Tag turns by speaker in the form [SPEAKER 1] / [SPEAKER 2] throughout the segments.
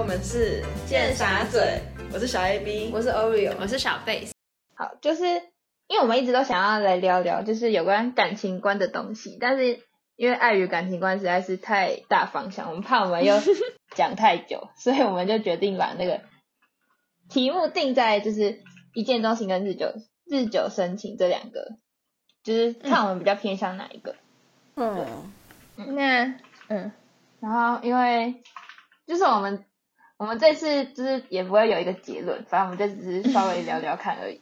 [SPEAKER 1] 我们是
[SPEAKER 2] 贱傻嘴，
[SPEAKER 1] 我是小 A B，
[SPEAKER 2] 我是 Oreo，
[SPEAKER 3] 我是小贝。
[SPEAKER 2] 好，就是因为我们一直都想要来聊聊，就是有关感情观的东西，但是因为碍于感情观实在是太大方向，我们怕我们又讲太久， 所以我们就决定把那个题目定在就是一见钟情跟日久日久生情这两个，就是看我们比较偏向哪一个。
[SPEAKER 1] 嗯，
[SPEAKER 2] 那嗯，然后因为就是我们我们这次就是也不会有一个结论，反正我们就只是稍微聊聊看而已，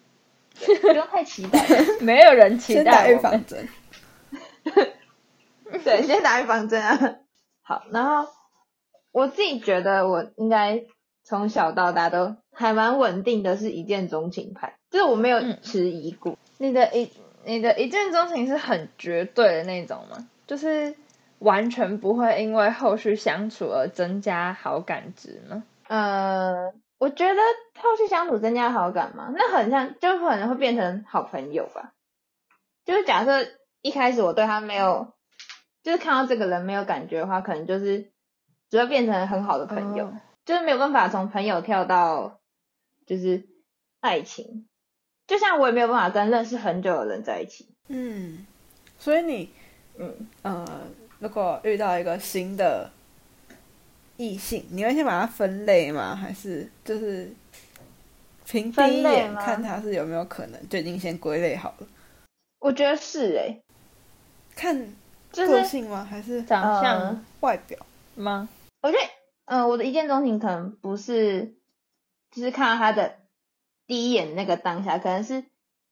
[SPEAKER 2] 对不用太期待。
[SPEAKER 3] 没有人期
[SPEAKER 1] 先打
[SPEAKER 3] 待
[SPEAKER 1] 预
[SPEAKER 3] 我们。
[SPEAKER 1] 防针。
[SPEAKER 2] 对，先打预防针啊。好，然后我自己觉得我应该从小到大都还蛮稳定的，是一见钟情派，就是我没有
[SPEAKER 3] 嗯
[SPEAKER 2] 迟疑过。
[SPEAKER 3] 你的一你的一见钟情是很绝对的那种吗？就是完全不会因为后续相处而增加好感值吗？
[SPEAKER 2] 呃，我觉得后续相处增加好感嘛，那很像就可能会变成好朋友吧。就是假设一开始我对他没有，就是看到这个人没有感觉的话，可能就是只会变成很好的朋友。
[SPEAKER 3] 哦
[SPEAKER 2] 就是没有办法从朋友跳到就是爱情，就像我也没有办法跟认识很久的人在一起。
[SPEAKER 1] 嗯，所以你，
[SPEAKER 2] 嗯
[SPEAKER 1] 呃，如果遇到一个新的异性，你会先把它分类吗？还是就是凭第一
[SPEAKER 2] 分类
[SPEAKER 1] 眼
[SPEAKER 2] 吗
[SPEAKER 1] 看它是有没有可能就已经先归类好了？
[SPEAKER 2] 我觉得是欸诶、
[SPEAKER 1] 看
[SPEAKER 2] 就
[SPEAKER 1] 个
[SPEAKER 2] 是
[SPEAKER 1] 性吗？还是
[SPEAKER 3] 长相
[SPEAKER 2] 嗯
[SPEAKER 1] 外表？
[SPEAKER 3] 吗？
[SPEAKER 2] 我觉得，嗯、我的一见钟情可能不是，就是看到他的第一眼那个当下，可能是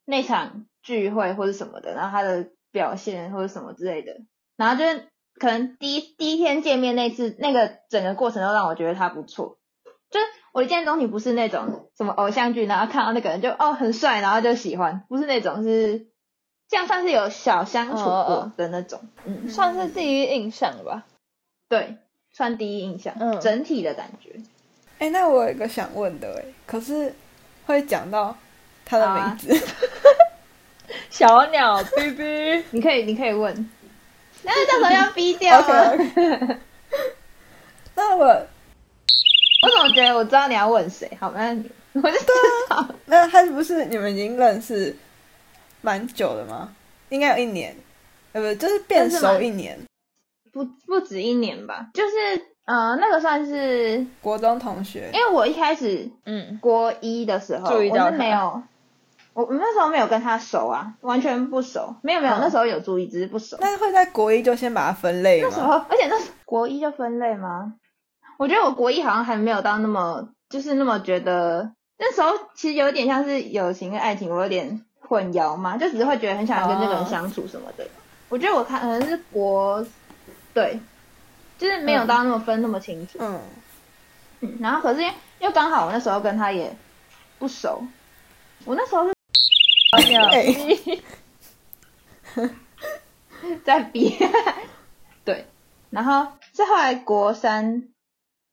[SPEAKER 2] 那场聚会或者什么的，然后他的表现或者什么之类的，然后就是可能第一第一天见面那次，那个整个过程都让我觉得他不错。就是我一见钟情不是那种什么偶像剧，然后看到那个人就哦很帅，然后就喜欢，不是那种是这样算是有小相处
[SPEAKER 3] 哦哦
[SPEAKER 2] 过的那种，嗯，
[SPEAKER 3] 算是第一印象吧。
[SPEAKER 2] 对，算第一印象，
[SPEAKER 3] 嗯
[SPEAKER 2] 整体的感觉。
[SPEAKER 1] 哎、那我有一个想问的哎、可是会讲到他的
[SPEAKER 2] 好啊
[SPEAKER 1] 名字，
[SPEAKER 3] 小鸟 B B，
[SPEAKER 2] 你可以，你可以问。那到时候要逼掉 啊！
[SPEAKER 1] OK，OK 那我
[SPEAKER 2] 我怎么觉得我知道你要问谁？好，那你 我就知
[SPEAKER 3] 啊
[SPEAKER 2] 道。
[SPEAKER 1] 那他不是你们已经认识蛮久了吗？应该有一年，呃，不，就是变
[SPEAKER 2] 但是
[SPEAKER 1] 熟
[SPEAKER 2] 蛮
[SPEAKER 1] 一年。
[SPEAKER 2] 不不止一年吧，就是呃，那个算是，因
[SPEAKER 1] 国中同学，
[SPEAKER 2] 为我一开始
[SPEAKER 3] 嗯，
[SPEAKER 2] 国一的时候，
[SPEAKER 3] 注意
[SPEAKER 2] 我
[SPEAKER 3] 到他
[SPEAKER 2] 是没有，我我那时候没有跟他熟啊，完全不熟，没有没有，
[SPEAKER 3] 嗯
[SPEAKER 2] 那时候有注意，只是不熟。
[SPEAKER 1] 那会在国一就先把它分类
[SPEAKER 2] 那时
[SPEAKER 1] 吗？
[SPEAKER 2] 候，而且那时候国一就分类吗？我觉得我国一好像还没有到那么，就是那么觉得。那时候其实有点像是友情跟爱情，我有点混淆嘛，就只是会觉得很想跟这个人相处什么的。我觉得我看可能是国，对，就是没有到那么分那么清楚。
[SPEAKER 1] 嗯，
[SPEAKER 2] 嗯然后可是因为又刚好我那时候跟他也不熟，我那时候是
[SPEAKER 3] 小鸟
[SPEAKER 1] 哎
[SPEAKER 3] B，
[SPEAKER 2] 在比， 对，然后是后来国三，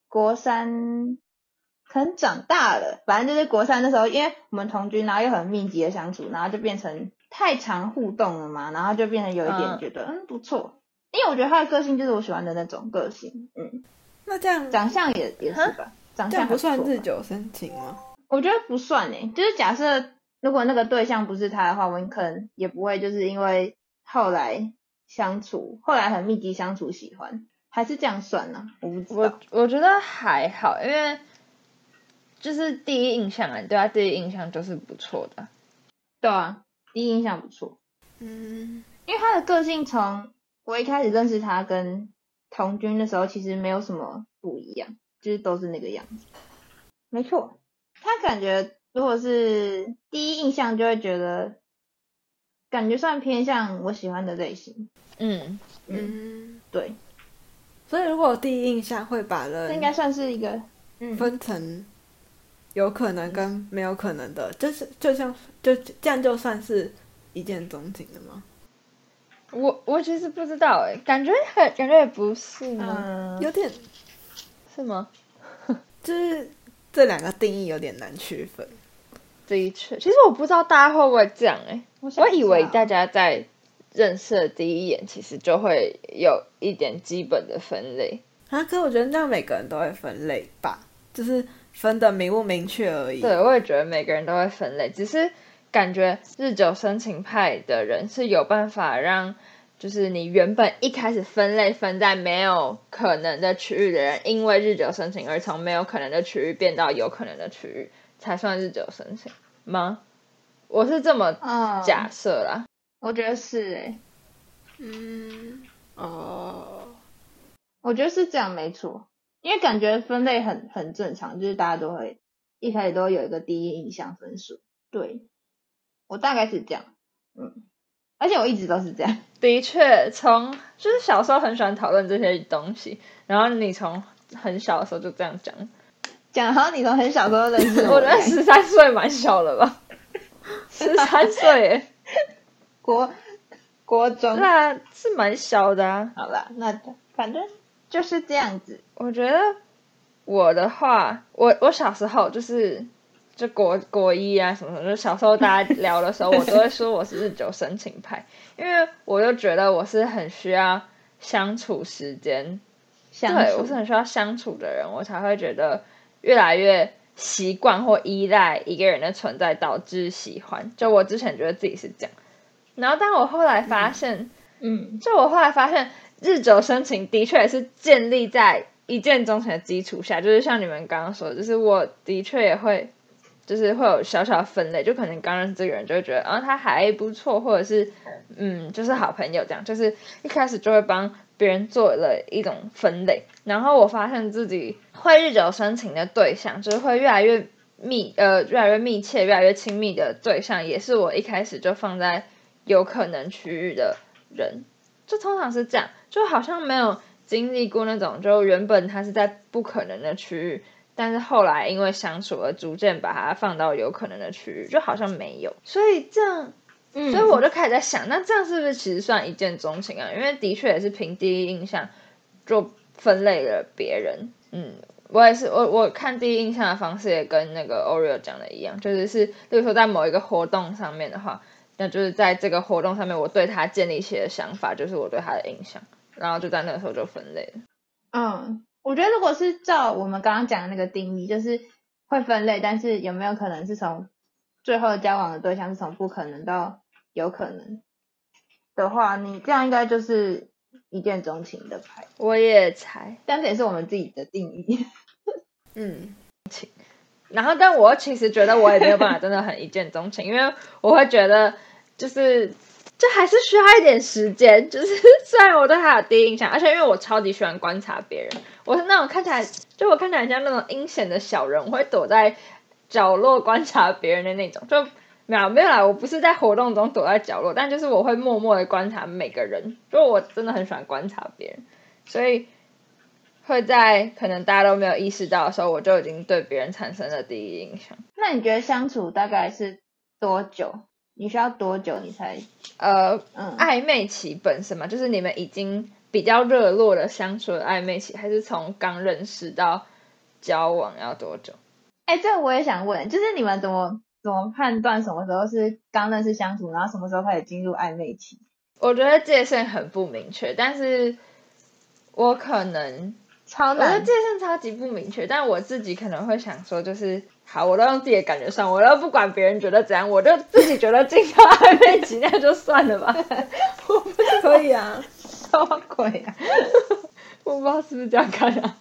[SPEAKER 2] 国三可能长大了，反正就是国三那时候，因为我们同居，然后又很密集的相处，然后就变成太常互动了嘛，然后就变成有一点
[SPEAKER 3] 嗯
[SPEAKER 2] 觉得嗯不错，因为我觉得他的个性就是我喜欢的那种个性，嗯，
[SPEAKER 1] 那这样
[SPEAKER 2] 长相也也是吧，长
[SPEAKER 1] 这
[SPEAKER 2] 相
[SPEAKER 1] 样不算
[SPEAKER 2] 还错
[SPEAKER 1] 日
[SPEAKER 2] 吧
[SPEAKER 1] 久生情吗？
[SPEAKER 2] 我觉得不算诶、就是假设如果那个对象不是他的话，我们可能也不会就是因为后来相处，后来很密集相处喜欢，还是这样算呢、我不知道
[SPEAKER 3] 我。我觉得还好，因为就是第一印象啊，你对他第一印象就是不错的。
[SPEAKER 2] 对啊，第一印象不错，
[SPEAKER 1] 嗯，
[SPEAKER 2] 因为他的个性从我一开始认识他跟童军的时候，其实没有什么不一样，就是都是那个样子。没错，他感觉如果是第一印象就会觉得，感觉算偏向我喜欢的类型。
[SPEAKER 3] 嗯，
[SPEAKER 1] 嗯，
[SPEAKER 2] 对，
[SPEAKER 1] 所以如果第一印象会把
[SPEAKER 2] 这应
[SPEAKER 1] 人
[SPEAKER 2] 该算是一个，嗯，
[SPEAKER 1] 分成有可能跟没有可能的，就是就像就这样就算是一见钟情了吗？
[SPEAKER 3] 我我其实不知道哎、感觉很感觉也不是呢，
[SPEAKER 2] 嗯，
[SPEAKER 1] 有点
[SPEAKER 3] 是吗？
[SPEAKER 1] 就是这两个定义有点难区分。
[SPEAKER 3] 的确，其实我不知道大家会不会这样哎、
[SPEAKER 2] 我想
[SPEAKER 3] 我以为
[SPEAKER 2] 一下
[SPEAKER 3] 大家在认识的第一眼，其实就会有一点基本的分类。
[SPEAKER 1] 啊，可我觉得那每个人都会分类吧，就是分的明不明确而已。
[SPEAKER 3] 对，我也觉得每个人都会分类，只是感觉日久生情派的人是有办法让，就是你原本一开始分类分在没有可能的区域的人，因为日久生情而从没有可能的区域变到有可能的区域，才算日久生情吗？我是这么
[SPEAKER 2] 嗯，
[SPEAKER 3] 假设啦。
[SPEAKER 2] 我觉得是欸诶、
[SPEAKER 1] 嗯，哦，
[SPEAKER 2] 我觉得是这样没错，因为感觉分类很很正常，就是大家都会一开始都会有一个第一印象分数。对，我大概是这样，嗯，而且我一直都是这样，
[SPEAKER 3] 的确，从就是小时候很喜欢讨论这些东西，然后你从很小的时候就这样讲，
[SPEAKER 2] 讲好像你从很小时候认识
[SPEAKER 3] 我
[SPEAKER 2] 我
[SPEAKER 3] 觉
[SPEAKER 2] 一
[SPEAKER 3] 得
[SPEAKER 2] 样，
[SPEAKER 3] 十三岁蛮小了吧，十三岁耶，
[SPEAKER 2] 国国中
[SPEAKER 3] 那是蛮小的啊。
[SPEAKER 2] 好啦，那反正就是这样子。
[SPEAKER 3] 我觉得我的话，我我小时候就是就国国一啊什么什么，就小时候大家聊的时候，我都会说我是日久生情派，因为我就觉得我是很需要相处时间
[SPEAKER 2] 相
[SPEAKER 3] 对，
[SPEAKER 2] 处
[SPEAKER 3] 我是很需要相处的人，我才会觉得越来越习惯或依赖一个人的存在，导致喜欢。就我之前觉得自己是这样，然后但我后来发现，
[SPEAKER 2] 嗯，
[SPEAKER 3] 就我后来发现，日久生情的确是建立在一见钟情的基础下，就是像你们刚刚说的，就是我的确也会，就是会有小小的分类，就可能刚认识这个人就会觉得，啊，他还不错，或者是，嗯，就是好朋友这样，就是一开始就会帮别人做了一种分类，然后我发现自己会日久生情的对象，就是会越来越密，呃，越来越密切、越来越亲密的对象，也是我一开始就放在有可能区域的人，就通常是这样，就好像没有经历过那种，就原本他是在不可能的区域，但是后来因为相处而逐渐把它放到有可能的区域，就好像没有。所以这样，
[SPEAKER 2] 嗯
[SPEAKER 3] 所以我就开始在想，那这样是不是其实算一见钟情啊？因为的确也是凭第一印象就分类了别人。嗯，我也是，我我看第一印象的方式也跟那个 Oreo 讲的一样，就是是，例如说在某一个活动上面的话，那就是在这个活动上面，我对他建立起的想法，就是我对他的印象，然后就在那个时候就分类了。
[SPEAKER 2] 嗯，我觉得如果是照我们刚刚讲的那个定义，就是会分类，但是有没有可能是从最后交往的对象是从不可能到有可能的话，你这样应该就是一见钟情的牌，
[SPEAKER 3] 我也猜，
[SPEAKER 2] 这样子也是我们自己的定义。
[SPEAKER 1] 嗯，
[SPEAKER 3] 然后，但我其实觉得我也没有办法真的很一见钟情，因为我会觉得就是就还是需要一点时间。就是 虽然我对他有第一印象，而且因为我超级喜欢观察别人，我是那种看起来就我看起来很像那种阴险的小人，我会躲在角落观察别人的那种。就没有没有啦，我不是在活动中躲在角落，但就是我会默默的观察每个人，就我真的很喜欢观察别人，所以会在可能大家都没有意识到的时候，我就已经对别人产生了第一印象。
[SPEAKER 2] 那你觉得相处大概是多久？你需要多久你才
[SPEAKER 3] 呃，
[SPEAKER 2] 嗯？
[SPEAKER 3] 暧昧期本身嘛，就是你们已经比较热络的相处的暧昧期，还是从刚认识到交往要多久？
[SPEAKER 2] 哎，这我也想问，就是你们怎么怎么判断什么时候是刚认识相处，然后什么时候开始进入暧昧期？
[SPEAKER 3] 我觉得界限很不明确，但是我可能嗯
[SPEAKER 2] 超
[SPEAKER 3] 我觉得
[SPEAKER 2] 难
[SPEAKER 3] 界限超级不明确，但我自己可能会想说，就是好，我都用自己的感觉算，我都不管别人觉得怎样，我就自己觉得进到暧昧期，那就算了吧。
[SPEAKER 1] 可以啊。
[SPEAKER 2] 什么鬼啊！
[SPEAKER 3] 我不知道是不是这样看啊。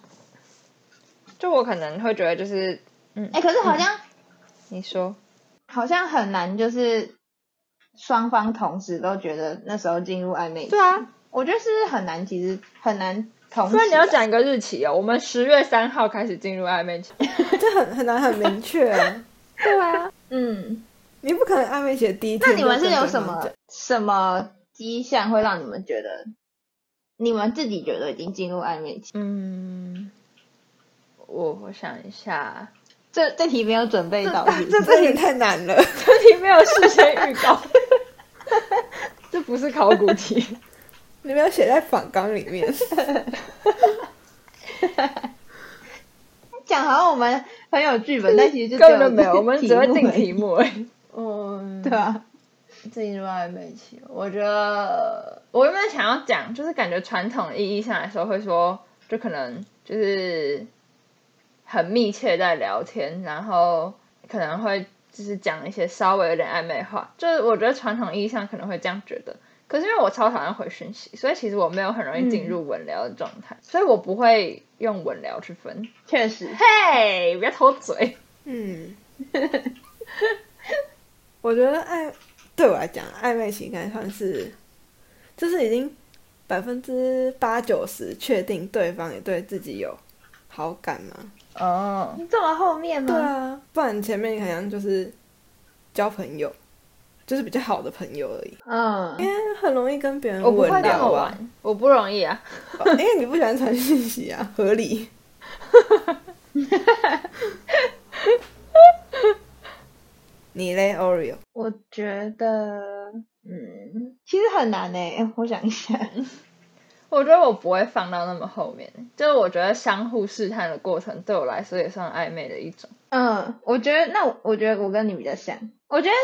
[SPEAKER 3] 就我可能会觉得，就是
[SPEAKER 2] 哎、可是好像、
[SPEAKER 3] 你说，
[SPEAKER 2] 好像很难，就是双方同时都觉得那时候进入暧昧。
[SPEAKER 3] 对，啊，
[SPEAKER 2] 我觉得是不是很难，其实很难同时。
[SPEAKER 3] 不然你要，讲一个日期哦。我们十月三号开始进入暧昧期。
[SPEAKER 1] 这很很难很明确啊，
[SPEAKER 3] 对啊，
[SPEAKER 2] 嗯，
[SPEAKER 1] 你不可能暧昧写第一天
[SPEAKER 2] 那
[SPEAKER 1] 就
[SPEAKER 2] 你们是
[SPEAKER 1] 跟
[SPEAKER 2] 有
[SPEAKER 1] 对
[SPEAKER 2] 什
[SPEAKER 1] 方
[SPEAKER 2] 么
[SPEAKER 1] 讲
[SPEAKER 2] 什么迹象会让你们觉得，你们自己觉得已经进入暧昧期？
[SPEAKER 3] 嗯，我我想一下，
[SPEAKER 2] 这这题没有准备到是不
[SPEAKER 1] 这
[SPEAKER 2] 是，
[SPEAKER 1] 这有点太难了。
[SPEAKER 3] 这题没有事先预 告，这不是考古题。
[SPEAKER 1] 你没有写在访纲里面，
[SPEAKER 2] 讲好像我们很有剧本，但其实就
[SPEAKER 3] 根本就没有，
[SPEAKER 2] 有
[SPEAKER 3] 我们只会定
[SPEAKER 2] 而已
[SPEAKER 3] 题，目而已。嗯，
[SPEAKER 2] 对啊，
[SPEAKER 3] 进入暧昧期，我觉得我原本想要讲，就是感觉传统意义上来说，会说就可能就是很密切在聊天，然后可能会就是讲一些稍微有点暧昧话，就是我觉得传统意义上可能会这样觉得。可是因为我超讨厌回讯息，所以其实我没有很容易进入文聊的状态，所以我不会用文聊去分。
[SPEAKER 2] 确实，
[SPEAKER 3] 嘿，不要偷嘴。
[SPEAKER 1] 嗯， 我觉得暧对我来讲，暧昧情感算是，就是已经百分之八九十确定对方也对自己有好感嘛。
[SPEAKER 3] 哦，
[SPEAKER 2] 你这么后面
[SPEAKER 1] 对
[SPEAKER 2] 吗？
[SPEAKER 1] 啊，不然前面好像就是交朋友，就是比较好的朋友而已，
[SPEAKER 3] 啊
[SPEAKER 1] 因
[SPEAKER 2] 嗯，
[SPEAKER 1] 为很容易跟别人
[SPEAKER 3] 我不
[SPEAKER 1] 稳
[SPEAKER 3] 会这么
[SPEAKER 1] 聊啊，
[SPEAKER 3] 玩，我不容易啊。
[SPEAKER 1] 因为你不喜欢传讯息啊，合 理。你嘞，Oreo？
[SPEAKER 2] 我觉得
[SPEAKER 3] 嗯，
[SPEAKER 2] 其实很难诶、我想一下，
[SPEAKER 3] 我觉得我不会放到那么后面，就是我觉得相互试探的过程对我来说也算暧昧的一种。
[SPEAKER 2] 嗯，我觉得那我我觉得我跟你比较像，我觉得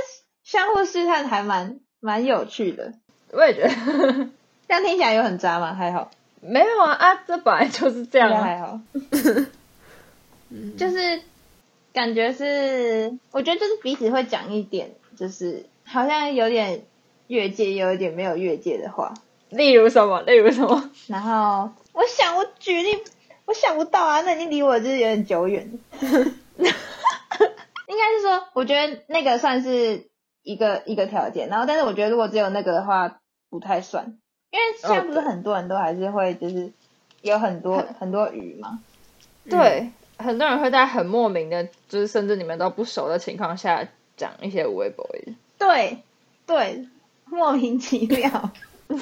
[SPEAKER 2] 相互试探还蛮蛮有趣的，
[SPEAKER 3] 我也觉得
[SPEAKER 2] 这样听起来有很渣吗？还好，
[SPEAKER 3] 没有啊啊，这本来就是这
[SPEAKER 2] 应
[SPEAKER 3] 样
[SPEAKER 2] 该
[SPEAKER 3] 啊。
[SPEAKER 2] 还好， 就是感觉是，我觉得就是彼此会讲一点，就是好像有点越界，又有点没有越界的话，
[SPEAKER 3] 例如什么？例如什么？
[SPEAKER 2] 然后我想我举例，我想不到啊，那已经离我就是有点久远了。 应该是说，我觉得那个算是一个一个条件，然后但是我觉得如果只有那个的话不太算，因为现在不是
[SPEAKER 3] 哦对
[SPEAKER 2] 很多人都还是会就是有很多很多鱼嘛，
[SPEAKER 3] 对，很多人会在很莫名的，就是甚至你们都不熟的情况下讲一些微博。
[SPEAKER 2] 对对，莫名其 妙，根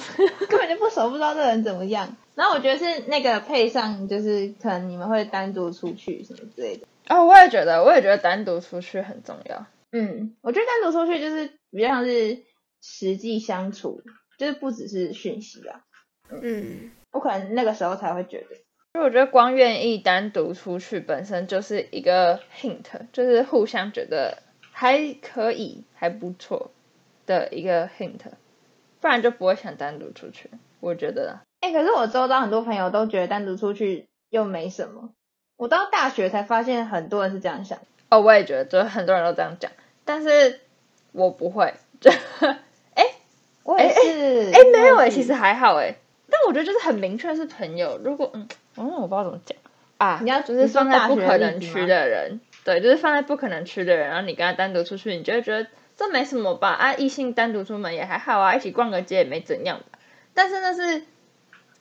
[SPEAKER 2] 本就不熟，不知道这个人怎么样。然后我觉得是那个配上，就是可能你们会单独出去什么之类的。
[SPEAKER 3] 哦，我也觉得，我也觉得单独出去很重要。
[SPEAKER 2] 嗯，我觉得单独出去就是比较像是实际相处，就是不只是讯息啊。
[SPEAKER 1] 嗯，
[SPEAKER 2] 我可能那个时候才会觉得，
[SPEAKER 3] 因为我觉得光愿意单独出去本身就是一个 hint，就是互相觉得还可以、还不错的一个 hint，不然就不会想单独出去。我觉得啦，
[SPEAKER 2] 哎、可是我周遭很多朋友都觉得单独出去又没什么。我到大学才发现很多人是这样想，
[SPEAKER 3] 哦，我也觉得，就是很多人都这样讲，但是我不会。就
[SPEAKER 2] 我也是。
[SPEAKER 3] 哎、没有哎、
[SPEAKER 2] 我也是
[SPEAKER 3] 其实还好哎、但我觉得就是很明确是朋友。如果嗯，嗯，我不知道怎么讲啊，
[SPEAKER 2] 你要
[SPEAKER 3] 就是放在不可能
[SPEAKER 2] 你说大学的例
[SPEAKER 3] 区
[SPEAKER 2] 子
[SPEAKER 3] 的人，对，就是放在不可能区的人，然后你跟他单独出去，你就会觉得这没什么吧？啊，异性单独出门也还好啊，一起逛个街也没怎样吧。但是那是，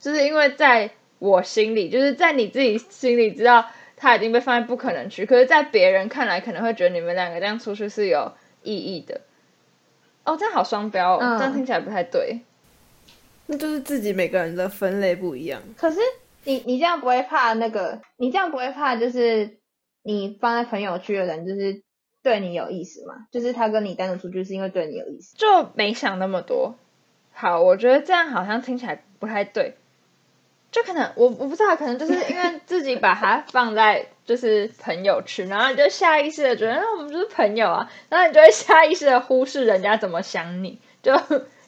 [SPEAKER 3] 就是因为在我心里，就是在你自己心里知道他已经被放在不可能区，可是，在别人看来可能会觉得你们两个这样出去是有意义的。哦，这样好双标哦，
[SPEAKER 2] 嗯
[SPEAKER 3] 这样听起来不太对。
[SPEAKER 1] 那就是自己每个人的分类不一样。
[SPEAKER 2] 可是你你这样不会怕那个，你这样不会怕就是你放在朋友区的人就是对你有意思吗？就是他跟你单独出去是因为对你有意思。
[SPEAKER 3] 就没想那么多。好，我觉得这样好像听起来不太对，就可能我我不知道，可能就是因为自己把它放在就是朋友区，然后你就下意识的觉得那我们就是朋友啊，然后你就会下意识的忽视人家怎么想你，就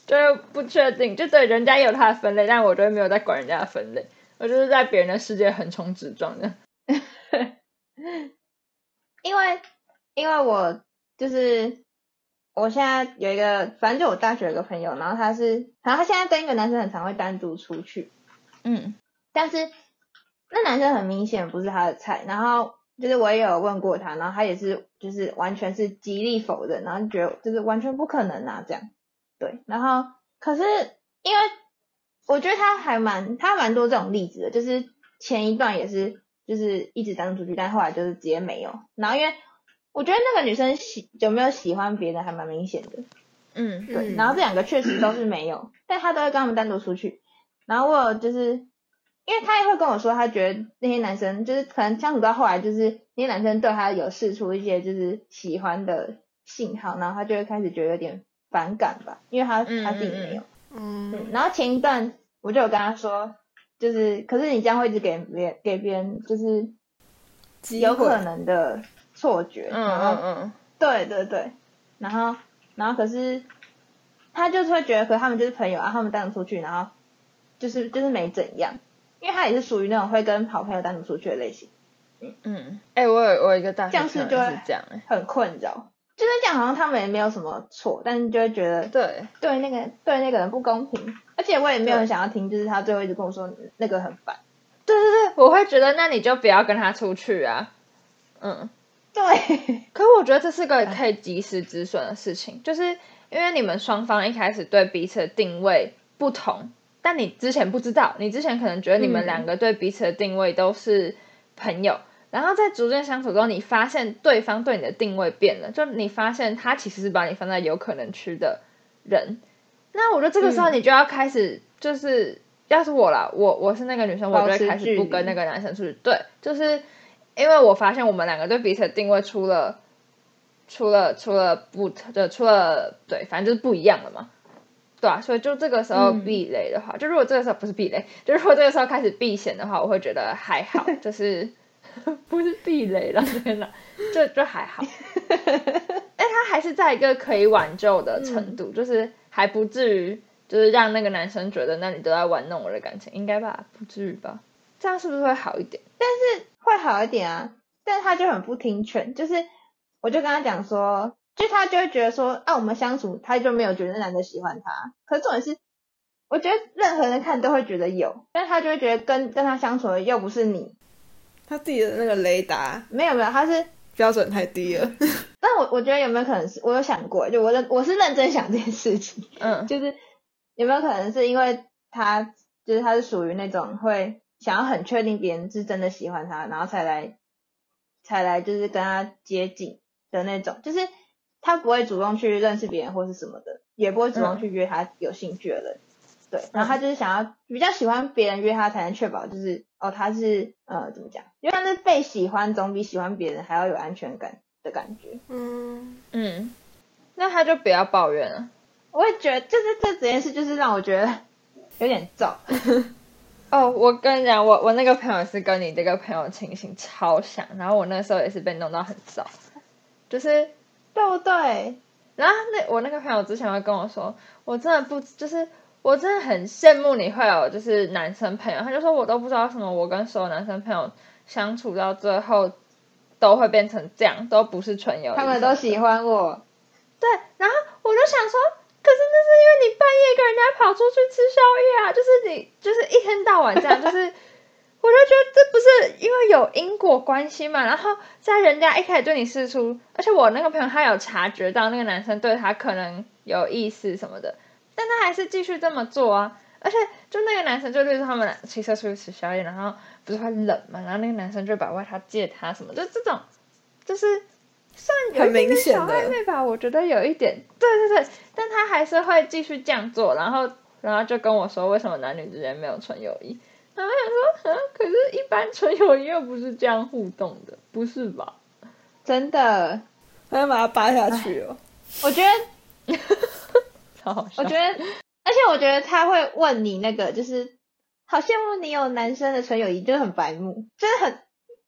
[SPEAKER 3] 就会不确定，就对人家也有他的分类，但我觉得没有在管人家的分类，我就是在别人的世界横冲直撞的。
[SPEAKER 2] 因为因为我就是我现在有一个，反正就我大学有一个朋友，然后他是，然后他现在跟一个男生很常会单独出去，
[SPEAKER 3] 嗯，
[SPEAKER 2] 但是那男生很明显不是他的菜，然后就是我也有问过他，然后他也是就是完全是极力否认，然后就觉得就是完全不可能啊这样，对，然后可是因为我觉得他还蛮他蛮多这种例子的，就是前一段也是就是一直单独出去，但后来就是直接没有，然后因为我觉得那个女生喜有没有喜欢别人还蛮明显的，
[SPEAKER 3] 嗯
[SPEAKER 2] 对，
[SPEAKER 1] 嗯
[SPEAKER 2] 然后这两个确实都是没有，但他都会跟他们单独出去。然后我有就是，因为他也会跟我说，他觉得那些男生就是可能相处到后来，就是那些男生对他有试出一些就是喜欢的信号，然后他就会开始觉得有点反感吧，因为他
[SPEAKER 3] 嗯
[SPEAKER 2] 他自己
[SPEAKER 3] 嗯
[SPEAKER 2] 没有。
[SPEAKER 1] 嗯
[SPEAKER 2] 嗯，然后前一段我就有跟他说，就是可是你这样会一直给别给别人就是
[SPEAKER 1] 机
[SPEAKER 2] 有
[SPEAKER 1] 会
[SPEAKER 2] 可能的错觉，
[SPEAKER 3] 嗯
[SPEAKER 2] 然后
[SPEAKER 3] 嗯嗯，
[SPEAKER 2] 对对对，然后然后可是他就是会觉得，可是他们就是朋友啊，他们单独出去，然后就是就是没怎样，因为他也是属于那种会跟好朋友单独出去的类型。
[SPEAKER 3] 嗯，哎、我有我有一个大学
[SPEAKER 2] 这样是
[SPEAKER 3] 朋友
[SPEAKER 2] 就会
[SPEAKER 3] 也是这样、哎，
[SPEAKER 2] 很困扰。就是讲，好像他们也没有什么错，但是就会觉得
[SPEAKER 3] 对，
[SPEAKER 2] 对那个对那个人不公平，而且我也没有
[SPEAKER 3] 对
[SPEAKER 2] 很想要听，就是他最后一直跟我说那个很烦。
[SPEAKER 3] 对对对，我会觉得那你就不要跟他出去啊，嗯。
[SPEAKER 2] 对，
[SPEAKER 3] 可我觉得这是
[SPEAKER 2] 哎
[SPEAKER 3] 个可以及时止损的事情，就是因为你们双方一开始对彼此的定位不同，但你之前不知道，你之前可能觉得你们
[SPEAKER 2] 嗯
[SPEAKER 3] 两个对彼此的定位都是朋友，然后在逐渐相处中，你发现对方对你的定位变了，就你发现他其实是把你放在有可能去的人，那我觉得这个时候
[SPEAKER 2] 嗯
[SPEAKER 3] 你就要开始就是。要是我啦，我我是那个女生，我就
[SPEAKER 2] 保
[SPEAKER 3] 会
[SPEAKER 2] 持
[SPEAKER 3] 开
[SPEAKER 2] 距
[SPEAKER 3] 始不跟
[SPEAKER 2] 离
[SPEAKER 3] 那个男生出去。对，就是因为我发现我们两个对彼此的定位除了除了除了不对，除了对，反正就是不一样了嘛。对啊，所以就这个时候
[SPEAKER 2] 嗯
[SPEAKER 3] 避雷的话，就如果这个时候不是避雷，就如果这个时候开始避嫌的话，我会觉得还好， 就是不是避雷了， 天哪，就就还 好。但他还是在一个可以挽救的程度，就是还不至于就是让那个男生觉得那你都在玩弄我的感情，应该吧？不至于吧？这样是不是会好一点？
[SPEAKER 2] 会好一点啊，但他就很不听劝，就是我就跟他讲说，就他就会觉得说，啊，我们相处，他就没有觉得那男的喜欢他。可是重点是，我觉得任何人看都会觉得有，但他就会觉得跟跟他相处的又不是你，
[SPEAKER 1] 他自己的那个雷达
[SPEAKER 2] 没有没有，他是。
[SPEAKER 1] 标准太低了。
[SPEAKER 2] 但我我觉得有没有可能是，我有想过，就我认我是认真想这件事情，
[SPEAKER 3] 嗯
[SPEAKER 2] 就是有没有可能是因为他就是他是属于那种会想要很确定别人是真的喜欢他，然后才来才来就是跟他接近的那种，就是他不会主动去认识别人或是什么的，也不会主动去约他有兴趣的人。对，然后他就是想要比较喜欢别人约他，才能确保就是哦他是呃怎么讲，因为他是被喜欢总比喜欢别人还要有安全感的感觉。
[SPEAKER 1] 嗯，
[SPEAKER 3] 嗯，那他就不要抱怨了。
[SPEAKER 2] 我会觉得就是这整件事就是让我觉得 有点燥。
[SPEAKER 3] 哦，我跟你讲，我我那个朋友是跟你这个朋友情形超像，然后我那时候也是被弄到很糟，就是
[SPEAKER 2] 对不对？
[SPEAKER 3] 然后那我那个朋友之前会跟我说，我真的不就是我真的很羡慕你会有就是男生朋友，他就说我都不知道为什么，我跟所有男生朋友相处到最后都会变成这样，都不是纯友谊。
[SPEAKER 2] 他们都喜欢我，
[SPEAKER 3] 对，然后我就想说，可是那是因为你半夜跟人家跑出去吃宵夜啊，就是你就是一天到晚这样，就是 我就觉得这不是因为有因果关系嘛。然后在人家一开始对你示出，而且我那个朋友他有察觉到那个男生对他可能有意思什么的，但他还是继续这么做啊。而且就那个男生就例如他们骑车出去吃宵夜，然后不是会冷嘛，然后那个男生就把外套借他什么，就这种就是。算有
[SPEAKER 1] 很
[SPEAKER 3] 一点
[SPEAKER 1] 明
[SPEAKER 3] 点
[SPEAKER 1] 显
[SPEAKER 3] 小
[SPEAKER 1] 的
[SPEAKER 3] 暧昧吧，我觉得有一点，对对对，但他还是会继续这样做，然后然后就跟我说为什么男女之间没有纯友谊，然后我想说，嗯，可是一般纯友谊又不是这样互动的，不是吧？
[SPEAKER 2] 真的，
[SPEAKER 1] 他就把它扒下去哦。
[SPEAKER 2] 我 觉得，
[SPEAKER 3] 超好笑
[SPEAKER 2] 我觉得，而且我觉得他会问你那个，就是好羡慕你有男生的纯友谊，就是很白目，就是很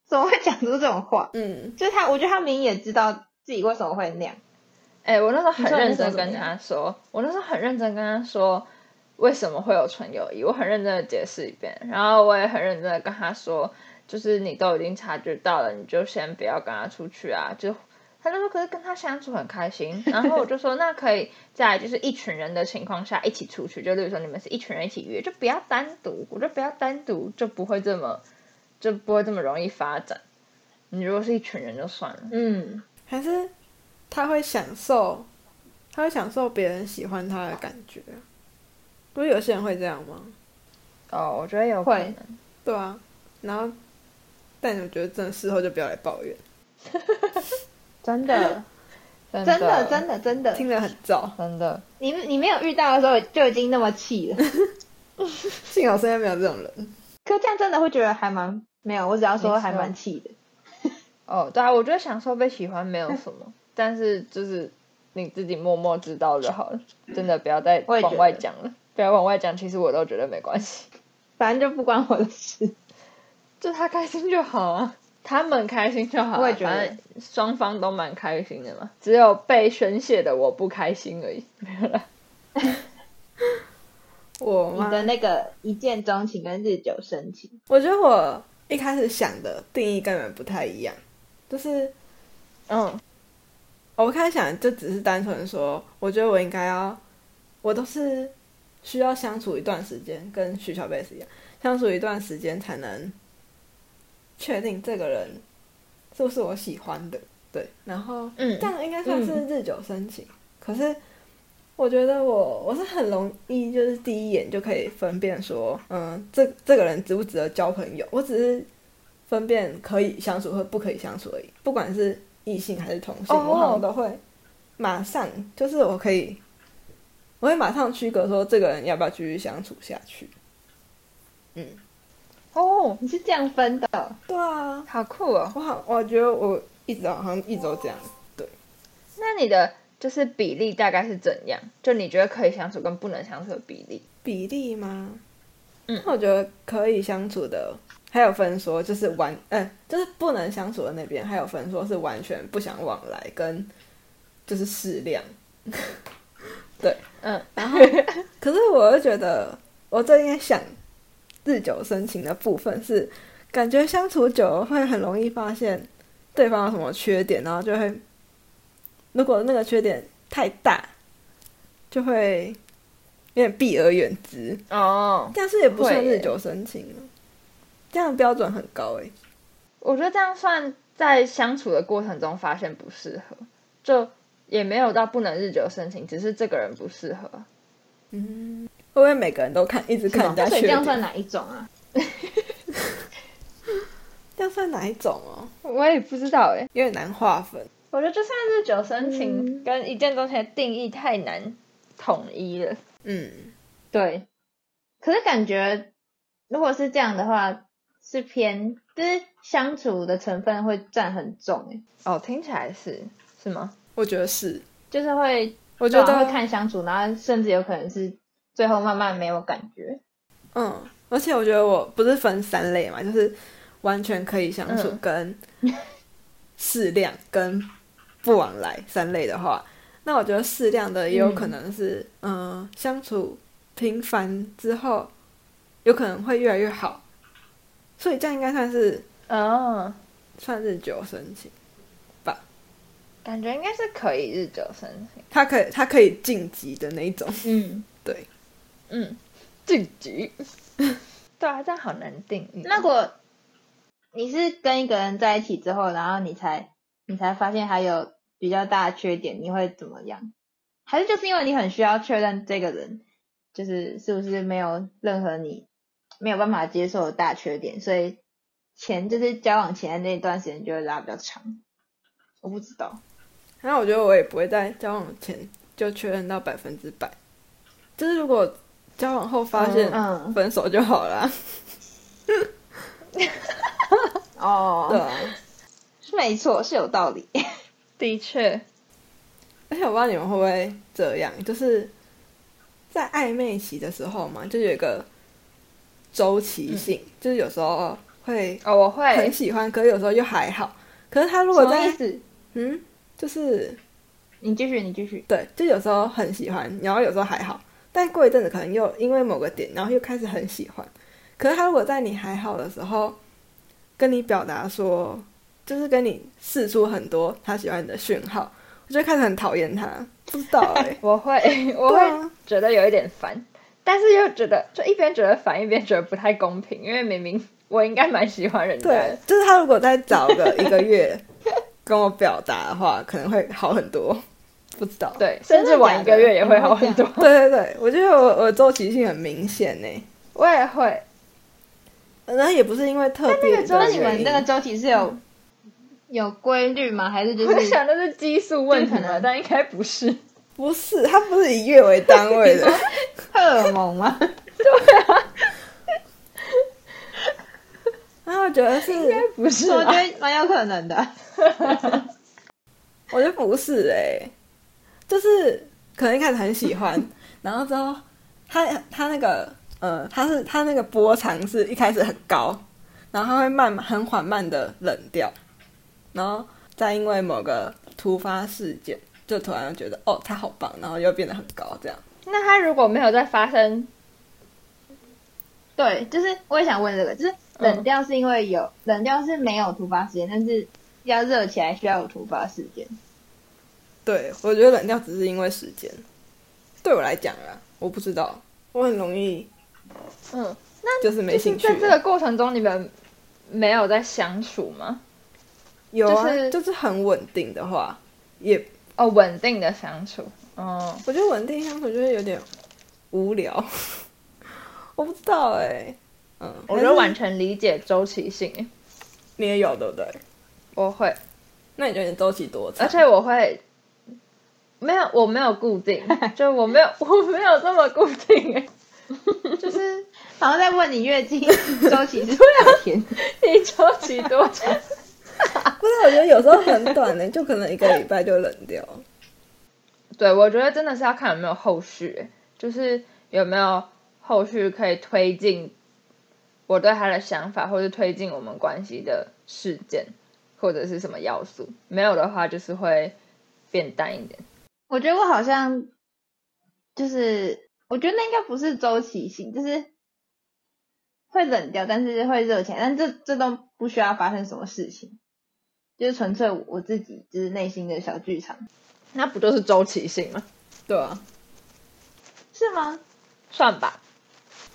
[SPEAKER 2] 怎么会讲出这种话？
[SPEAKER 1] 嗯，
[SPEAKER 2] 就是他，我觉得他明明也知道自己为什么会那样，
[SPEAKER 3] 哎、我那时候
[SPEAKER 1] 你
[SPEAKER 3] 很
[SPEAKER 1] 说你
[SPEAKER 3] 认
[SPEAKER 1] 那时候
[SPEAKER 3] 真
[SPEAKER 1] 怎么
[SPEAKER 3] 跟他说，我那时候很认真跟他说为什么会有纯友谊，我很认真的解释一遍，然后我也很认真的跟他说，就是你都已经察觉到了，你就先不要跟他出去啊，就。他就说，可是跟他相处很开心。然后我就说，那可以在就是一群人的情况下一起出去，就例如说你们是一群人一起约，就不要单独，我就不要单独，就不会这么就不会这么容易发展。你如果是一群人就算了，
[SPEAKER 2] 嗯，
[SPEAKER 1] 还是他会享受，他会享受别人喜欢他的感觉。不是有些人会这样吗？
[SPEAKER 3] 哦，我觉得有可
[SPEAKER 2] 会
[SPEAKER 3] 能。
[SPEAKER 1] 对啊，然后，但我觉得真的事后就不要来抱怨，
[SPEAKER 2] 真的，
[SPEAKER 3] 真
[SPEAKER 2] 真
[SPEAKER 3] 的
[SPEAKER 2] 的，嗯真的，真的，
[SPEAKER 1] 听了很燥。
[SPEAKER 3] 真的，
[SPEAKER 2] 你你没有遇到的时候就已经那么气了，
[SPEAKER 1] 幸好身边没有这种人。
[SPEAKER 2] 可这样真的会觉得还蛮没有，我只要
[SPEAKER 3] 没
[SPEAKER 2] 说
[SPEAKER 3] 错
[SPEAKER 2] 还蛮气的，
[SPEAKER 3] 哦，对啊，我觉得享受被喜欢没有什么，但是就是你自己默默知道就好了，真的不要再
[SPEAKER 2] 我也觉
[SPEAKER 3] 往外
[SPEAKER 2] 得
[SPEAKER 3] 讲了，不要往外讲，其实我都觉得没关系，
[SPEAKER 2] 反正就不关我的事。
[SPEAKER 3] 就他开心就好啊，他们开心就好、啊，
[SPEAKER 2] 我也觉得
[SPEAKER 3] 反正双方都蛮开心的嘛，只有被宣泄的我不开心而已，没有啦。
[SPEAKER 1] 我
[SPEAKER 2] 你
[SPEAKER 1] 吗？
[SPEAKER 2] 的那个一见钟情跟日久生情，
[SPEAKER 1] 我觉得我一开始想的定义跟你们不太一样，就是
[SPEAKER 3] 嗯
[SPEAKER 1] 哦我开始想就只是单纯说，我觉得我应该要，我都是需要相处一段时间，跟徐小贝斯一样，相处一段时间才能确定这个人是不是我喜欢的。对，然后
[SPEAKER 3] 嗯
[SPEAKER 1] 这样应该算是日久生情。可是我觉得我我是很容易，就是第一眼就可以分辨说，嗯，这这个人值不值得交朋友。我只是分辨可以相处和不可以相处而已，不管是异性还是同性，
[SPEAKER 3] 哦
[SPEAKER 1] 我好像都会马上就是我可以，我会马上区隔说这个人要不要继续相处下去。
[SPEAKER 3] 哦，
[SPEAKER 2] 你是这样分的哦，
[SPEAKER 1] 对啊，
[SPEAKER 3] 好酷哦！
[SPEAKER 1] 我好，我觉得我一直好像一直都这样。
[SPEAKER 3] 那你的就是比例大概是怎样？就你觉得可以相处跟不能相处的比例？
[SPEAKER 1] 比例吗？
[SPEAKER 3] 嗯
[SPEAKER 1] 那我觉得可以相处的，还有分说就是完，嗯、就是不能相处的那边，还有分说是完全不想往来跟就是适量。
[SPEAKER 3] 嗯，
[SPEAKER 1] 可是我又觉得，我最近在想日久生情的部分是，感觉相处久了会很容易发现对方有什么缺点，然后就会，如果那个缺点太大，就会有点避而远之。
[SPEAKER 3] 哦，
[SPEAKER 1] 但是也不算
[SPEAKER 3] 会耶
[SPEAKER 1] 日久生情了，这样标准很高哎、
[SPEAKER 3] 我觉得这样算在相处的过程中发现不适合，就也没有到不能日久生情，只是这个人不适合。
[SPEAKER 1] 会不会每个人都看一直看人
[SPEAKER 2] 那
[SPEAKER 1] 家
[SPEAKER 2] 所
[SPEAKER 1] 缺
[SPEAKER 2] 以这
[SPEAKER 1] 点？
[SPEAKER 2] 样算哪一种啊？
[SPEAKER 1] 这样算哪一种哦？
[SPEAKER 3] 我也不知道哎、
[SPEAKER 1] 有点难划分。
[SPEAKER 3] 我觉得就算日久生情
[SPEAKER 2] 嗯
[SPEAKER 3] 跟一见钟情的定义太难统一了。
[SPEAKER 1] 嗯，
[SPEAKER 2] 对，可是感觉如果是这样的话，是偏就是相处的成分会占很重欸诶，
[SPEAKER 3] 哦，听起来是是吗？
[SPEAKER 1] 我觉得是，
[SPEAKER 2] 就是会
[SPEAKER 1] 我觉
[SPEAKER 2] 对啊
[SPEAKER 1] 得
[SPEAKER 2] 会看相处，然后甚至有可能是最后慢慢没有感觉。
[SPEAKER 1] 嗯，而且我觉得我不是分三类嘛，就是完全可以相处
[SPEAKER 3] 嗯
[SPEAKER 1] 跟适量跟不往来三类的话，那我觉得适量的也有可能是，嗯、相处频繁之后，有可能会越来越好，所以这样应该算是
[SPEAKER 3] 哦，
[SPEAKER 1] 算日久生情，
[SPEAKER 3] 感觉应该是可以日久生情。
[SPEAKER 1] 它可以它可以晋级的那一种，
[SPEAKER 2] 嗯，
[SPEAKER 1] 对，
[SPEAKER 3] 嗯，晋级。 对啊，这样好难定义。
[SPEAKER 2] 那如果你是跟一个人在一起之后，然后你才你才发现他有比较大的缺点，你会怎么样？还是就是因为你很需要确认这个人就是是不是没有任何你没有办法接受的大缺点，所以前就是交往前的那段时间就会拉比较长。我不知道，
[SPEAKER 1] 然后我觉得我也不会在交往前就确认到百分之百，就是如果交往后
[SPEAKER 3] 哦
[SPEAKER 1] 发现
[SPEAKER 2] 嗯，
[SPEAKER 1] 分手就好了。对
[SPEAKER 2] 哦，
[SPEAKER 1] 啊，
[SPEAKER 2] 是没错，是有道理。
[SPEAKER 3] 的确，
[SPEAKER 1] 而且我不知道你们会不会这样，就是在暧昧期的时候嘛，就有一个周期
[SPEAKER 2] 嗯
[SPEAKER 1] 性，就是有时候会
[SPEAKER 3] 哦，我
[SPEAKER 2] 哎
[SPEAKER 3] 会
[SPEAKER 1] 很喜欢，可是有时候又还好。可是他如果
[SPEAKER 2] 什么意
[SPEAKER 1] 在
[SPEAKER 2] 思？
[SPEAKER 1] 嗯，就是
[SPEAKER 2] 你继续，你继续。
[SPEAKER 1] 对，就有时候很喜欢，然后有时候还好，但过一阵子可能又因为某个点，然后又开始很喜欢。可是他如果在你还好的时候，跟你表达说，就是跟你试出很多他喜欢你的讯号，我就开始很讨厌他，不知道哎、
[SPEAKER 3] 我会，我
[SPEAKER 1] 对
[SPEAKER 3] 会
[SPEAKER 1] 啊，
[SPEAKER 3] 觉得有一点烦，但是又觉得就一边觉得烦，一边觉得不太公平，因为明明我应该蛮喜欢人家
[SPEAKER 1] 对
[SPEAKER 3] 的，，
[SPEAKER 1] 就是他如果再找个一个月跟我表达的话，可能会好很多，不知道。
[SPEAKER 3] 对，
[SPEAKER 2] 真
[SPEAKER 3] 甚
[SPEAKER 2] 的
[SPEAKER 3] 至晚一
[SPEAKER 2] 假的
[SPEAKER 3] 个月也
[SPEAKER 2] 你
[SPEAKER 3] 会
[SPEAKER 2] 会
[SPEAKER 3] 好
[SPEAKER 2] 这
[SPEAKER 3] 很
[SPEAKER 2] 样
[SPEAKER 3] 多。
[SPEAKER 1] 对对对，我觉得我我的周期性很明显呢、
[SPEAKER 3] 我也会，
[SPEAKER 1] 然后也不是因为特别的原因，
[SPEAKER 2] 那你们那个周期是有有规律吗？还是就
[SPEAKER 3] 我在
[SPEAKER 2] 是
[SPEAKER 3] 想那是激素问题
[SPEAKER 2] 就嗯可
[SPEAKER 3] 嘛，
[SPEAKER 2] 能
[SPEAKER 3] 但应该不是。
[SPEAKER 1] 不是，它不是以月为单位 的。
[SPEAKER 2] 荷尔蒙 吗？
[SPEAKER 1] 然后啊我觉得是，
[SPEAKER 3] 不是
[SPEAKER 2] 我觉
[SPEAKER 3] 啊，
[SPEAKER 2] 得蛮有可能的。
[SPEAKER 1] 我觉得不是哎、就是可能一开始很喜 欢，然后之后他他那个呃，他是他那个波长是一开始很高，然后他会慢很缓慢的冷掉，然后再因为某个突发事件，就突然觉得哦他好棒，然后又变得很高这样。
[SPEAKER 3] 那他如果没有再发生
[SPEAKER 2] 对，就是我也想问这个，就是冷掉是因为有、冷掉是没有突发事件，但是要热起来需要有突发事件。
[SPEAKER 1] 对，我觉得冷掉只是因为时间，对我来讲啊，我不知道，我很容易
[SPEAKER 3] 嗯，
[SPEAKER 1] 就是没兴趣
[SPEAKER 3] 就
[SPEAKER 1] 了。
[SPEAKER 3] 是在这个过程中，你们没有在相处吗？
[SPEAKER 1] 有啊，
[SPEAKER 3] 就是
[SPEAKER 1] 就是很稳定的话，也
[SPEAKER 3] 哦，稳定的相处。哦，
[SPEAKER 1] 我觉得稳定相处就是有点无聊， 我不知道哎、嗯，
[SPEAKER 3] 我觉得
[SPEAKER 1] 还
[SPEAKER 3] 完
[SPEAKER 1] 是
[SPEAKER 3] 全理解周期性，
[SPEAKER 1] 你也有对不对？
[SPEAKER 3] 我会，
[SPEAKER 1] 那你觉得你周期多长？
[SPEAKER 3] 而且我会没有，我没有固定， 就我没有，我没有这么固定、欸，就是
[SPEAKER 2] 然后再问你月经周期是多少天？
[SPEAKER 3] 你周期多长？
[SPEAKER 1] 不是，我觉得有时候很短呢、 就可能一个礼拜就冷掉。
[SPEAKER 3] 对，我觉得真的是要看有没有后续、欸就是有没有后续可以推进我对他的想法，或是推进我们关系的事件，或者是什么要素。没有的话，就是会变淡一点。
[SPEAKER 2] 我觉得我好像就是，我觉得那应该不是周期性，就是会冷掉，但是会热起来，但这这都不需要发生什么事情，就是纯粹我自己就是内心的小剧场，
[SPEAKER 3] 那不就是周期性吗？
[SPEAKER 1] 对啊，
[SPEAKER 2] 是吗？
[SPEAKER 3] 算吧。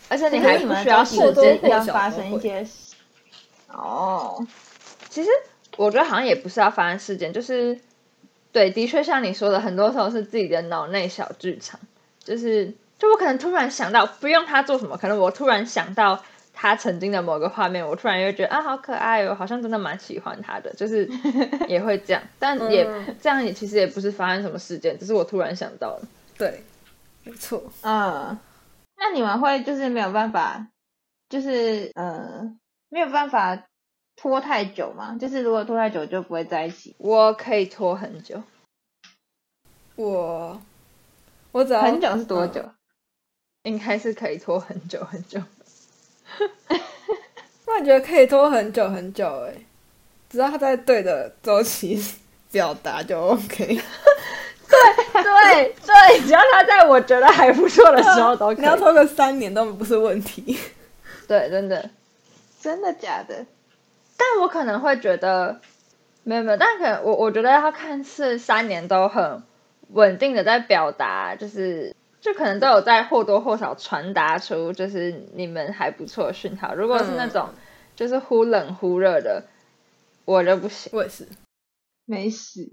[SPEAKER 3] 而且你
[SPEAKER 2] 你还
[SPEAKER 3] 还不
[SPEAKER 2] 不
[SPEAKER 3] 需
[SPEAKER 2] 需
[SPEAKER 3] 要
[SPEAKER 2] 要
[SPEAKER 3] 时
[SPEAKER 2] 时
[SPEAKER 1] 或多
[SPEAKER 3] 间
[SPEAKER 2] 间
[SPEAKER 1] 或
[SPEAKER 2] 要
[SPEAKER 1] 少
[SPEAKER 2] 发
[SPEAKER 1] 都
[SPEAKER 2] 生
[SPEAKER 1] 会
[SPEAKER 2] 一些事哦，
[SPEAKER 3] 其实我觉得好像也不是要发生事件，就是对，的确像你说的，很多时候是自己的脑内小剧场，就是就我可能突然想到，不用他做什么，可能我突然想到他曾经的某个画面，我突然又觉得啊，好可爱哦，好像真的蛮喜欢他的，就是 也会这样，但也、
[SPEAKER 1] 嗯
[SPEAKER 3] 这样也其实也不是发生什么事件，只是我突然想到了。
[SPEAKER 1] 对，没错。
[SPEAKER 2] 嗯，那你们会就是没有办法，就是呃没有办法拖太久吗？就是如果拖太久就不会在一起，
[SPEAKER 3] 我可以拖很久，
[SPEAKER 1] 我我只要嗯
[SPEAKER 2] 很久是多久？
[SPEAKER 3] 应该是可以拖很久很久。
[SPEAKER 1] 我也觉得可以拖很久很久哎、只要他在对的周期表达就 OK。
[SPEAKER 3] 对 对，只要他在我觉得还不错的时候都可
[SPEAKER 1] 你要
[SPEAKER 3] 以。
[SPEAKER 1] 拖个三年都不是问题。
[SPEAKER 3] 对，真的。
[SPEAKER 2] 真的假的？
[SPEAKER 3] 但我可能会觉得，没有没有，但可能我我觉得要看是三年都很稳定的在表达，就是就可能都有在或多或少传达出就是你们还不错的讯号。如果是那种、就是忽冷忽热的，我就不行。
[SPEAKER 1] 我也是，
[SPEAKER 2] 没事。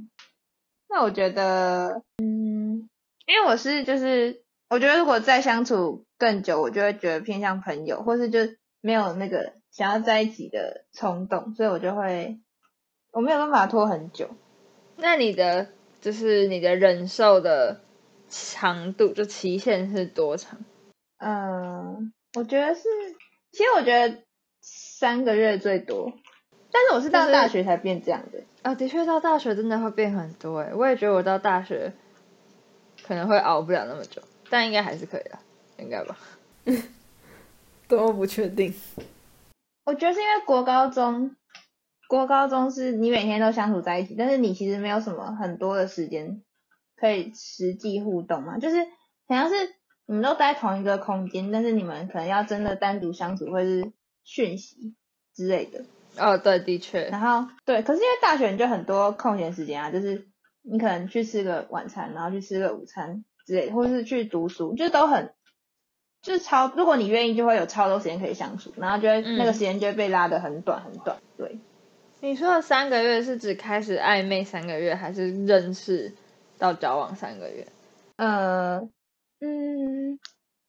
[SPEAKER 2] 那我觉得，嗯，因为我是就是，我觉得如果再相处更久，我就会觉得偏向朋友，或是就没有那个想要在一起的冲动，所以我就会我没有办法拖很久。
[SPEAKER 3] 那你的就是你的忍受的长度，就期限是多长？
[SPEAKER 2] 嗯，我觉得是，其实我觉得三个月最多，但是我是
[SPEAKER 3] 就
[SPEAKER 2] 到
[SPEAKER 3] 是
[SPEAKER 2] 大学才变这样的。
[SPEAKER 3] 啊、的确，到大学真的会变很多哎。我也觉得我到大学可能会熬不了那么久，但应该还是可以的，应该吧？
[SPEAKER 1] 多么不确 定。
[SPEAKER 2] 我觉得是因为国高中，国高中是你每天都相处在一起，但是你其实没有什么很多的时间可以实际互动嘛，就是好像是你们都待同一个空间，但是你们可能要真的单独相处或是讯息之类的。
[SPEAKER 3] 哦，对，的确，
[SPEAKER 2] 然后对，可是因为大学你就很多空闲时间啊，就是你可能去吃个晚餐，然后去吃个午餐之类的，或是去读书，就都很就是超，如果你愿意，就会有超多时间可以相处，然后就会、
[SPEAKER 3] 嗯
[SPEAKER 2] 那个时间就会被拉得很短很短。对，
[SPEAKER 3] 你说的三个月是指开始暧昧三个月，还是认识到交往三个月？
[SPEAKER 2] 呃，嗯，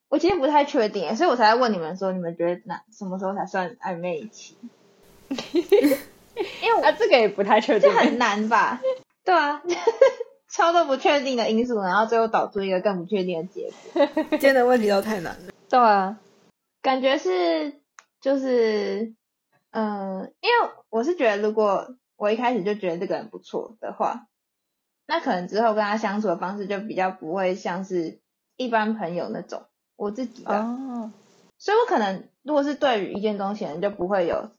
[SPEAKER 2] 我其实不太确定耶，欸所以我才问你们说，你们觉得哪什么时候才算暧昧期？因为我
[SPEAKER 3] 啊，这个也不太确定
[SPEAKER 2] 这。 很难吧？对啊， 超多不确定的因素，然后最后导出一个更不确定的结果。
[SPEAKER 1] 今天的问题都太难了。
[SPEAKER 3] 对啊，
[SPEAKER 2] 感觉是就是，嗯、因为我是觉得，如果我一开始就觉得这个人不错的话，那可能之后跟他相处的方式就比较不会像是一般朋友那种。我自己吧，
[SPEAKER 3] 哦，
[SPEAKER 2] 所以我可能如果是对于一见钟情的人，就不会有，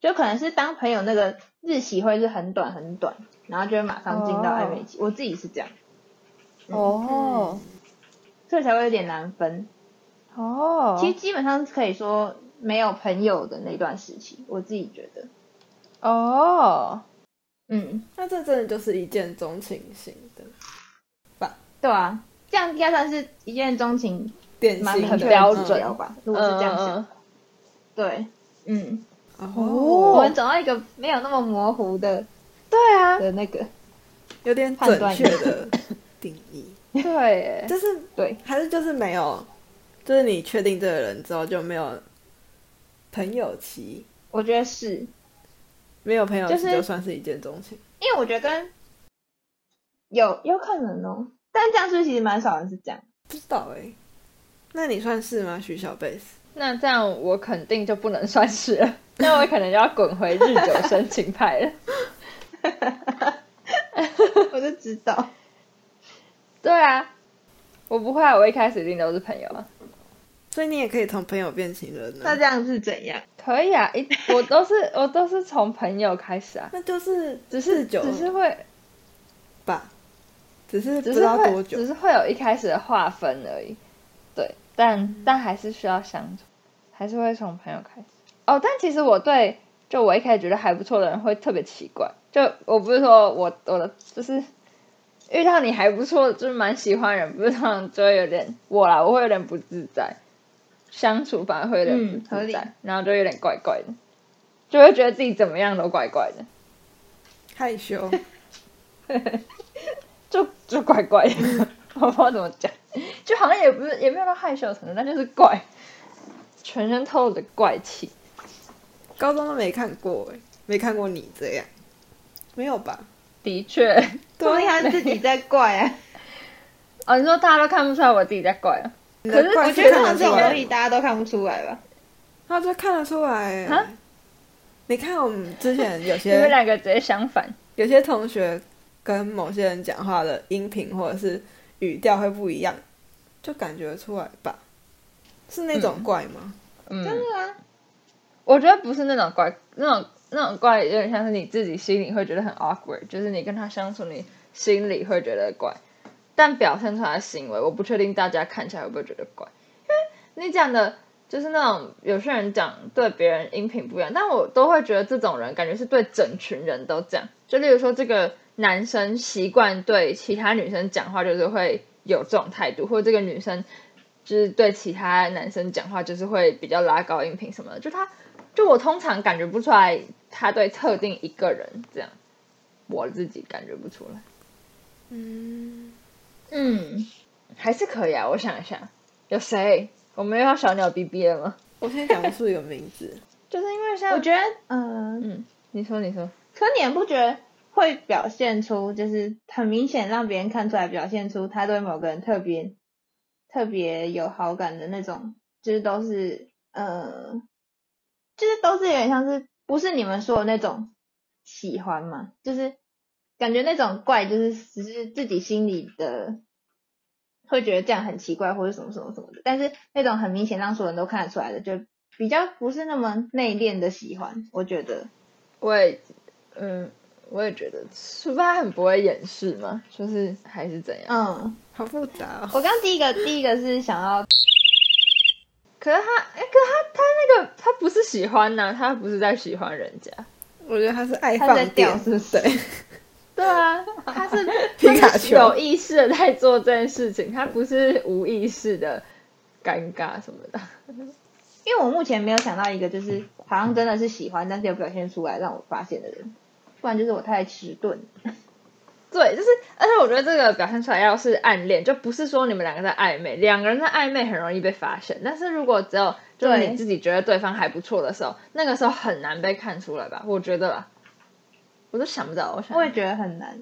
[SPEAKER 2] 就可能是当朋友那个日期会是很短很短，然后就会马上进到暧昧期。我自己是这样，
[SPEAKER 3] 哦，
[SPEAKER 2] 所以才会有点难分。
[SPEAKER 3] 哦，
[SPEAKER 2] 其实基本上可以说没有朋友的那段时期，我自己觉得，
[SPEAKER 3] 哦，
[SPEAKER 2] 嗯，
[SPEAKER 1] 那这真的就是一见钟情型的
[SPEAKER 2] 对啊，这样应该算是一见钟情
[SPEAKER 1] 典
[SPEAKER 2] 蛮
[SPEAKER 1] 型
[SPEAKER 2] 明
[SPEAKER 1] 的
[SPEAKER 2] 确
[SPEAKER 3] 标
[SPEAKER 2] 的
[SPEAKER 1] 嗯
[SPEAKER 2] 指标吧，如
[SPEAKER 3] 嗯
[SPEAKER 2] 果是这样
[SPEAKER 3] 嗯
[SPEAKER 2] 想，
[SPEAKER 3] 嗯
[SPEAKER 2] 对，嗯，
[SPEAKER 1] 哦，
[SPEAKER 2] 我们找到一个没有那么模糊的
[SPEAKER 3] 对啊，
[SPEAKER 2] 的那个，
[SPEAKER 1] 有点
[SPEAKER 2] 判
[SPEAKER 1] 准
[SPEAKER 2] 断
[SPEAKER 1] 确的定义，
[SPEAKER 3] 对耶，
[SPEAKER 1] 就是
[SPEAKER 2] 对，
[SPEAKER 1] 还是就是没有，就是你确定这个人之后就没有朋友期，
[SPEAKER 2] 我觉得是，
[SPEAKER 1] 没有朋友
[SPEAKER 2] 就
[SPEAKER 1] 期
[SPEAKER 2] 是
[SPEAKER 1] 就算是一见钟情。
[SPEAKER 2] 因为我觉得跟有有可能哦，但这样是不是其实蛮少人是这样，
[SPEAKER 1] 不知道哎、那你算是吗？徐小贝斯？
[SPEAKER 3] 那这样我肯定就不能算是了， 那我可能就要滚回日久生情派了。
[SPEAKER 2] 我就知道，
[SPEAKER 3] 对啊，我不会啊，我一开始一定都是朋友啊。
[SPEAKER 1] 所以你也可以从朋友变情人呢、啊
[SPEAKER 2] 那这样是怎样？
[SPEAKER 3] 可以啊，一我都是我都是从朋友开始啊，
[SPEAKER 1] 那就是
[SPEAKER 3] 只是
[SPEAKER 1] 久
[SPEAKER 3] 只是会
[SPEAKER 1] 吧，只是不
[SPEAKER 3] 只
[SPEAKER 1] 知
[SPEAKER 3] 是
[SPEAKER 1] 道
[SPEAKER 3] 会
[SPEAKER 1] 多久
[SPEAKER 3] 只。是会有一开始的划分而已。对，但
[SPEAKER 1] 嗯
[SPEAKER 3] 但还是需要相处，还是会从朋友开始。哦，但其实我对就我一开始觉得还不错的人会特别奇怪，就我不是说我我的就是遇到你还不错，就是蛮喜欢的人，不是通常就会有点我啦，我会有点不自在，相处反而会有点不
[SPEAKER 2] 嗯合
[SPEAKER 3] 自
[SPEAKER 2] 理
[SPEAKER 3] 在，然后就有点怪怪的，就会觉得自己怎么样都怪怪的，
[SPEAKER 1] 害羞，
[SPEAKER 3] 就 就怪怪的， 我不知道怎么讲，就好像也不是也没有到害羞的程度，那就是怪，全身透着怪气。
[SPEAKER 1] 高中都没看过哎、没看过你这样，没有吧？
[SPEAKER 3] 的确，
[SPEAKER 2] 说明他自己在怪 啊。
[SPEAKER 3] 哦，你说大家都看不出来我自己在怪啊？
[SPEAKER 1] 可
[SPEAKER 3] 可是我
[SPEAKER 2] 我觉得像这种东西大家都看不出来吧？
[SPEAKER 1] 他就看得出来、
[SPEAKER 3] 哈
[SPEAKER 1] 欸。你看我们之前有
[SPEAKER 3] 你们
[SPEAKER 1] 些
[SPEAKER 3] 两个直接相反。
[SPEAKER 1] 有些同学跟某些人讲话的音频或者是语调会不一样，就感觉出来吧？是那种怪吗？
[SPEAKER 2] 真
[SPEAKER 3] 嗯，
[SPEAKER 2] 的啊，
[SPEAKER 3] 我觉得不是那种怪，那种那种怪有点像是你自己心里会觉得很 awkward，就是你跟他相处，你心里会觉得怪，但表现出来的行为，我不确定大家看起来会不会觉得怪，因为你讲的。就是那种有些人讲对别人音频不一样，但我都会觉得这种人感觉是对整群人都这样。就例如说，这个男生习惯对其他女生讲话，就是会有这种态度，或者这个女生就是对其他男生讲话，就是会比较拉高音频什么的。就他，就我通常感觉不出来，他对特定一个人这样，我自己感觉不出来。
[SPEAKER 1] 嗯，
[SPEAKER 3] 嗯，还是可以啊。我想一下，有谁？我们又要小鸟 B B 了吗？
[SPEAKER 1] 我先讲不出一个名字，
[SPEAKER 3] 就是因为像
[SPEAKER 2] 我觉得，嗯，
[SPEAKER 3] 嗯，你说你说，
[SPEAKER 2] 可你也不觉得会表现出，就是很明显让别人看出来，表现出他对某个人特别特别有好感的那种，就是都是，呃，就是都是有点像是不是你们说的那种喜欢嘛，就是感觉那种怪，就是只是自己心里的。会觉得这样很奇怪，或者什么什么什么的，但是那种很明显让所有人都看得出来的，就比较不是那么内敛的喜欢，我觉得。
[SPEAKER 3] 我也嗯，我也觉得，除非他很不会掩饰嘛，就是还是怎样。
[SPEAKER 2] 嗯，
[SPEAKER 1] 好复杂、哦。
[SPEAKER 2] 我刚第一个第一个是想要，
[SPEAKER 3] 可是他，哎，可是他他那个他不是喜欢呐、他不是在喜欢人家。
[SPEAKER 1] 我觉得他是爱
[SPEAKER 2] 他在
[SPEAKER 1] 放电
[SPEAKER 2] 掉，是不是
[SPEAKER 1] 对，
[SPEAKER 3] 对啊，他是
[SPEAKER 1] 皮卡
[SPEAKER 3] 他是
[SPEAKER 1] 丘
[SPEAKER 3] 有意识的在做这件事情，他不是无意识的尴尬什么的。
[SPEAKER 2] 因为我目前没有想到一个就是好像真的是喜欢，但是有表现出来让我发现的人，不然就是我太迟钝。
[SPEAKER 3] 对，就是，而且我觉得这个表现出来要是暗恋，就不是说你们两个在暧昧，两个人在暧昧很容易被发现，但是如果只有就是
[SPEAKER 2] 对
[SPEAKER 3] 你自己觉得对方还不错的时候，那个时候很难被看出来吧？我觉得啦，我都想不到，我想
[SPEAKER 2] 我也觉得很难。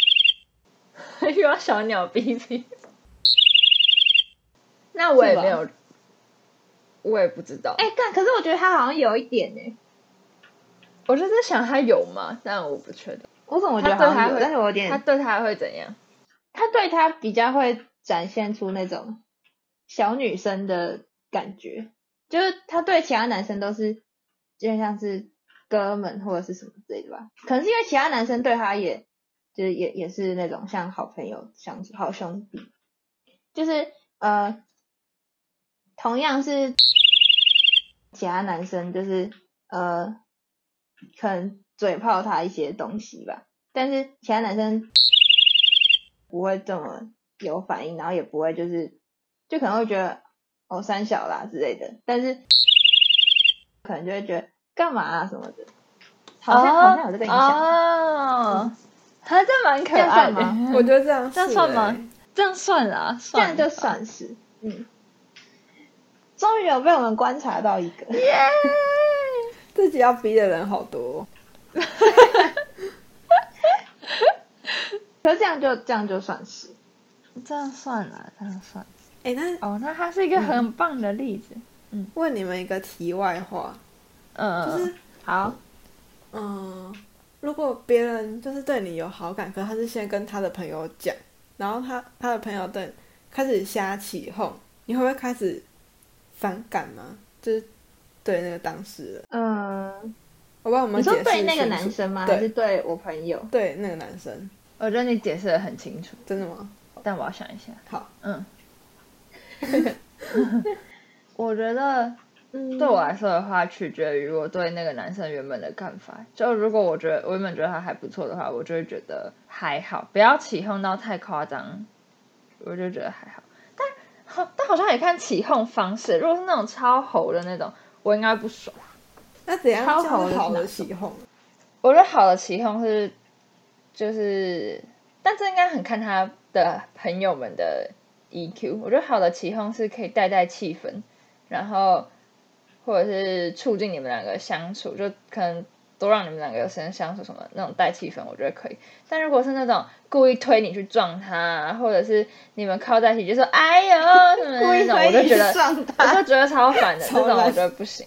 [SPEAKER 3] 又要小鸟逼逼。那我也
[SPEAKER 2] 是吧
[SPEAKER 3] 没有，我也不知道。
[SPEAKER 2] 哎，但可是我觉得他好像有一点欸呢，
[SPEAKER 3] 我就在想他有吗？但我不确定。
[SPEAKER 2] 为什么我觉得
[SPEAKER 3] 他对
[SPEAKER 2] 好像
[SPEAKER 3] 他
[SPEAKER 2] 有？
[SPEAKER 3] 会
[SPEAKER 2] 但是我有
[SPEAKER 3] 他
[SPEAKER 2] 点，
[SPEAKER 3] 对他会怎样？
[SPEAKER 2] 他对他比较会展现出那种小女生的感觉，就是他对其他男生都是就像是哥们或者是什么之类的吧。可能是因为其他男生对他也就是也也是那种像好朋友、像好兄弟，就是呃，同样是其他男生就是呃，可能嘴炮他一些东西吧，但是其他男生不会这么有反应，然后也不会就是就可能会觉得哦三小啦之类的，但是可能就会觉得干嘛啊什么的，好像、好像有这个影响，
[SPEAKER 3] 哦，他这蛮可
[SPEAKER 2] 这样
[SPEAKER 3] 爱
[SPEAKER 2] 算
[SPEAKER 3] 的
[SPEAKER 2] 吗，
[SPEAKER 1] 我觉得这样
[SPEAKER 3] 这样
[SPEAKER 1] 是
[SPEAKER 3] 算
[SPEAKER 1] 欸
[SPEAKER 3] 吗？这样算啦，
[SPEAKER 2] 这
[SPEAKER 3] 算
[SPEAKER 2] 样就
[SPEAKER 3] 了
[SPEAKER 2] 算是嗯，终于有被我们观察到一个。
[SPEAKER 1] 自己要逼的人好多哦，
[SPEAKER 2] 可是这样就这样就算是，
[SPEAKER 3] 这样算啦，这样算。
[SPEAKER 1] 哎、那
[SPEAKER 3] 哦，那他是一个很棒的例子。
[SPEAKER 1] 问你们一个题外话，就
[SPEAKER 3] 嗯
[SPEAKER 1] 是
[SPEAKER 2] 好，
[SPEAKER 1] 嗯，如果别人就是对你有好感，可是他是先跟他的朋友讲，然后他他的朋友对开始瞎起哄，你会不会开始反感吗？就是对那个当事人，
[SPEAKER 2] 嗯，
[SPEAKER 1] 我帮我们
[SPEAKER 2] 你
[SPEAKER 1] 解
[SPEAKER 2] 说
[SPEAKER 1] 释
[SPEAKER 2] 对那个
[SPEAKER 1] 清
[SPEAKER 2] 男
[SPEAKER 1] 楚
[SPEAKER 2] 生吗？
[SPEAKER 1] 对
[SPEAKER 2] 还是对我朋友？
[SPEAKER 1] 对那个男生，
[SPEAKER 3] 我觉得你解释的很清楚，
[SPEAKER 1] 真的吗？
[SPEAKER 3] 但我要想一下。
[SPEAKER 1] 好，
[SPEAKER 3] 嗯， 我觉得
[SPEAKER 2] 嗯
[SPEAKER 3] 对我来说的话，取决于我对那个男生原本的看法。就如果我觉得我原本觉得他还不错的话，我就会觉得还好，不要起哄到太夸张，我就觉得还好。但好但好像也看起哄方式，如果是那种超吼的那种，我应该不爽。
[SPEAKER 1] 那怎样
[SPEAKER 2] 超
[SPEAKER 1] 叫
[SPEAKER 2] 好
[SPEAKER 1] 做
[SPEAKER 2] 的
[SPEAKER 1] 好
[SPEAKER 2] 是哪种
[SPEAKER 1] 的起哄？
[SPEAKER 3] 我觉得好的起哄是，就是，但这应该很看他的朋友们的 EQ。我觉得好的起哄是可以带带气氛，然后或者是促进你们两个相处，就可能多让你们两个有时间相处什么那种带气氛，我觉得可以。但如果是那种故意推你去撞他，或者是你们靠在一起就说“哎呦” 什么的那种，我就觉得
[SPEAKER 2] 上
[SPEAKER 3] 我
[SPEAKER 2] 他，
[SPEAKER 3] 就觉得超烦的，这
[SPEAKER 1] 超
[SPEAKER 3] 种我
[SPEAKER 1] 烂
[SPEAKER 3] 觉得不行。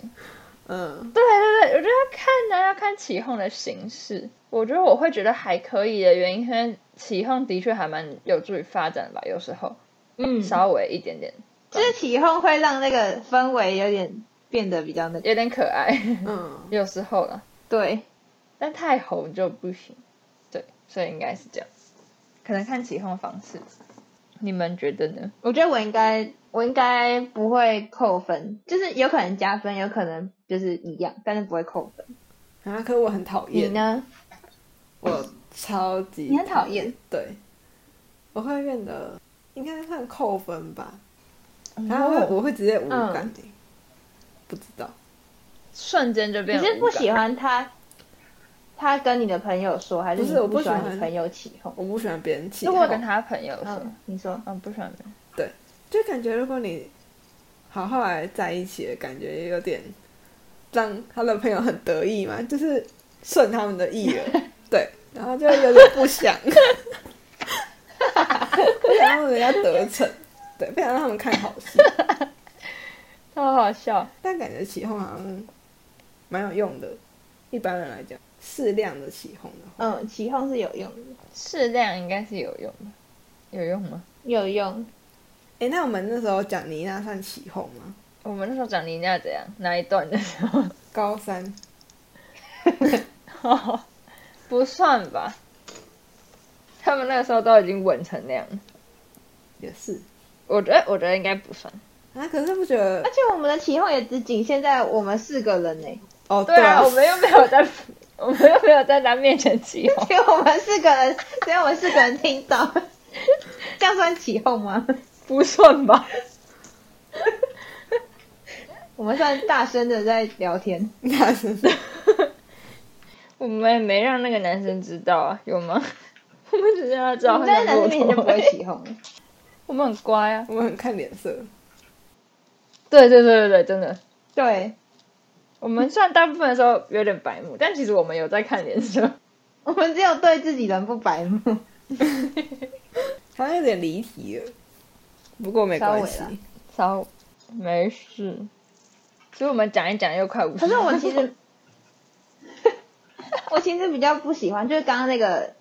[SPEAKER 1] 嗯，
[SPEAKER 3] 对对对，我觉得要看呢、啊要看起哄的形式。我觉得我会觉得还可以的原因，因为起哄的确还蛮有助于发展吧，有时候
[SPEAKER 2] 嗯，
[SPEAKER 3] 稍微一点点，
[SPEAKER 2] 就是起哄会让那个氛围有点变得比较那个，
[SPEAKER 3] 有点可爱，
[SPEAKER 1] 嗯，
[SPEAKER 3] 有时候啦，
[SPEAKER 2] 对，
[SPEAKER 3] 但太吼就不行。对，所以应该是这样，可能看起哄方式。你们觉得呢？
[SPEAKER 2] 我觉得我应该我应该不会扣分，就是有可能加分，有可能就是一样，但是不会扣分。
[SPEAKER 1] 然啊后可我很讨
[SPEAKER 2] 你
[SPEAKER 1] 厌，
[SPEAKER 2] 呢？
[SPEAKER 1] 我超级
[SPEAKER 2] 你很讨厌，
[SPEAKER 1] 对，我会变得应该算扣分吧，然后我
[SPEAKER 3] 哦，
[SPEAKER 1] 我会直接无感的、不知道，
[SPEAKER 3] 瞬间就
[SPEAKER 2] 你
[SPEAKER 3] 变。
[SPEAKER 2] 是不喜？欢他，他跟你的朋友说，还是
[SPEAKER 1] 不是
[SPEAKER 2] 你
[SPEAKER 1] 我不
[SPEAKER 2] 喜欢
[SPEAKER 1] 喜欢
[SPEAKER 2] 你朋友起哄？
[SPEAKER 1] 我不喜欢别人气
[SPEAKER 3] 如
[SPEAKER 1] 候，
[SPEAKER 3] 果跟他朋友说，
[SPEAKER 2] 嗯，你说，
[SPEAKER 3] 嗯，不喜欢别人。
[SPEAKER 1] 就感觉如果你好后来在一起的感觉也有点让他的朋友很得意嘛，就是顺他们的意 了，对，然后就有点不想，不想让人家得逞，对，不想让他们看好戏，
[SPEAKER 3] 超好笑，
[SPEAKER 1] 但感觉起哄好像蛮有用的，一般人来讲，适量的起哄的话。
[SPEAKER 2] 嗯，起哄是有用的，
[SPEAKER 3] 适量应该是有用的，有用吗？
[SPEAKER 2] 有用。
[SPEAKER 1] 哎、那我们那时候讲妮娜算起哄吗？
[SPEAKER 3] 我们那时候讲林娜怎样那一段的时候，
[SPEAKER 1] 高三，
[SPEAKER 3] 不算吧？他们那个时候都已经稳成那样了，
[SPEAKER 1] 也是
[SPEAKER 3] 我觉得我觉得应该不算。
[SPEAKER 2] 哦
[SPEAKER 1] 啊，可是不觉得
[SPEAKER 2] 而且我们的起哄也只仅限在我们四个人呢、
[SPEAKER 1] 哦？
[SPEAKER 3] 对啊，
[SPEAKER 1] 啊，
[SPEAKER 3] 我们又没有在， 我们又没有在他面前起哄，
[SPEAKER 2] 因为我们四个人，只有我们四个人听到， 这样算起哄吗？
[SPEAKER 3] 不算吧？
[SPEAKER 2] 我们算大声的在聊天，
[SPEAKER 1] 那是
[SPEAKER 3] 我们也没让那个男生知道啊，有吗？ 我们只是让他知道
[SPEAKER 2] 你
[SPEAKER 3] 他
[SPEAKER 2] 在男
[SPEAKER 3] 骆
[SPEAKER 2] 生面前就不会
[SPEAKER 3] 驼，
[SPEAKER 2] 起哄了。
[SPEAKER 3] 我们很乖啊。
[SPEAKER 1] 我们很看脸色，
[SPEAKER 3] 对对对对对，真的，
[SPEAKER 2] 对，
[SPEAKER 3] 我们虽然大部分的时候有点白目，但其实我们有在看 脸色。
[SPEAKER 2] 我们只有对自己人不白目。
[SPEAKER 1] 好像有点离题了。不过没关系
[SPEAKER 2] 稍微啦，
[SPEAKER 3] 稍没事，所以我们讲一讲又快 五十。
[SPEAKER 2] 可是我其实， 我其实比较不喜欢，就是刚刚那个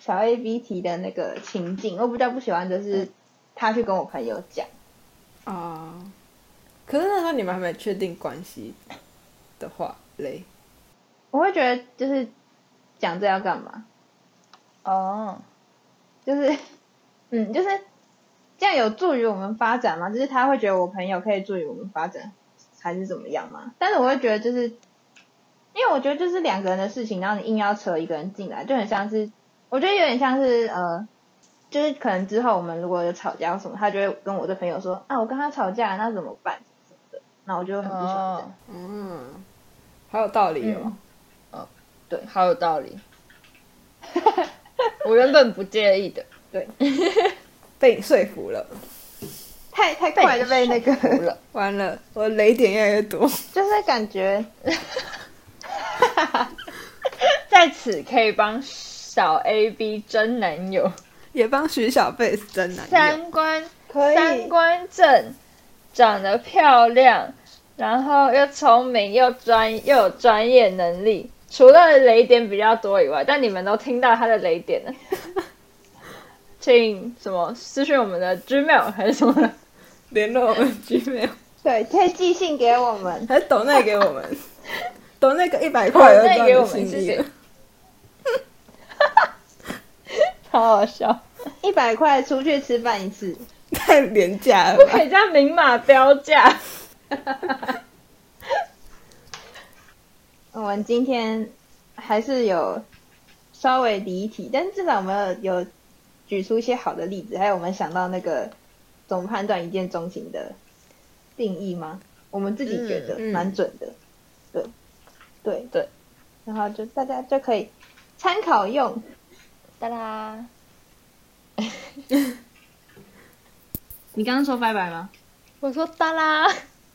[SPEAKER 2] 小 A B 提的那个情境，我比较不喜欢的是他去跟我朋友讲。
[SPEAKER 1] 啊、可是那时候你们还没确定关系的话嘞，
[SPEAKER 2] 我会觉得就是讲这要干嘛？
[SPEAKER 3] 哦，
[SPEAKER 2] 就是，嗯，就是这这样有助于我们发展吗？就是他会觉得我朋友可以助于我们发展，还是怎么样吗？但是我会觉得就是，因为我觉得就是两个人的事情，然后你硬要扯一个人进来，就很像是，我觉得有点像是呃，就是可能之后我们如果有吵架或什么，他就会跟我的朋友说啊，我跟他吵架，那怎么办？什么的，那我就很不喜欢这样。
[SPEAKER 3] 哦，
[SPEAKER 1] 嗯，好有道理哦。
[SPEAKER 3] 好有道理。我原本不介意的，
[SPEAKER 1] 被你说服了，
[SPEAKER 2] 太太快就被那个，
[SPEAKER 3] 服了。
[SPEAKER 1] 完了，我的雷点越来越多。
[SPEAKER 2] 就是感觉
[SPEAKER 3] 在此可以帮小 A B 真男友
[SPEAKER 1] 也帮徐小贝真男友，
[SPEAKER 3] 三观
[SPEAKER 2] 可以
[SPEAKER 3] 三观正，长得漂亮，然后又聪明又专又有专业能力。除了雷点比较多以外，但你们都听到他的雷 点了，请什么私讯我们的 Gmail 还是什么的？
[SPEAKER 1] 联络我们 Gmail，
[SPEAKER 2] 对，可以寄信给我们。
[SPEAKER 1] 还抖内给我 们，抖那个一百块，我就知道
[SPEAKER 3] 哦给我
[SPEAKER 1] 你
[SPEAKER 3] 们
[SPEAKER 1] 心
[SPEAKER 3] 谢
[SPEAKER 1] 意
[SPEAKER 3] 谢
[SPEAKER 1] 了。。
[SPEAKER 3] 好好笑，
[SPEAKER 2] 一百块出去吃饭一次，
[SPEAKER 1] 太廉价了
[SPEAKER 3] 不
[SPEAKER 1] 吧
[SPEAKER 3] 可？以这样明码标价。
[SPEAKER 2] 我们今天还是有稍微离题，但至少我们有有举出一些好的例子，还有我们想到那个怎么判断一见钟情的定义吗？我们自己觉得
[SPEAKER 1] 嗯嗯嗯
[SPEAKER 2] 蛮准的，对，对
[SPEAKER 3] 对，
[SPEAKER 2] 然后就大家就可以参考用。
[SPEAKER 3] 哒啦，
[SPEAKER 2] 你刚刚说拜拜吗？
[SPEAKER 3] 我说哒啦，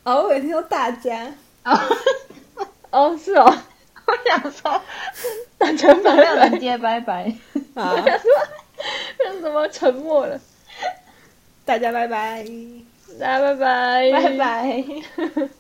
[SPEAKER 1] 哦，我也听说大家，
[SPEAKER 2] 哦，
[SPEAKER 3] 哦是 哦，
[SPEAKER 2] 我想 说
[SPEAKER 3] 大家拜
[SPEAKER 2] 没有
[SPEAKER 3] 拜
[SPEAKER 2] 人，接拜拜，
[SPEAKER 1] 好，
[SPEAKER 3] 怎么沉默了？
[SPEAKER 1] 大家拜拜。
[SPEAKER 3] 大家拜拜，
[SPEAKER 2] 拜拜。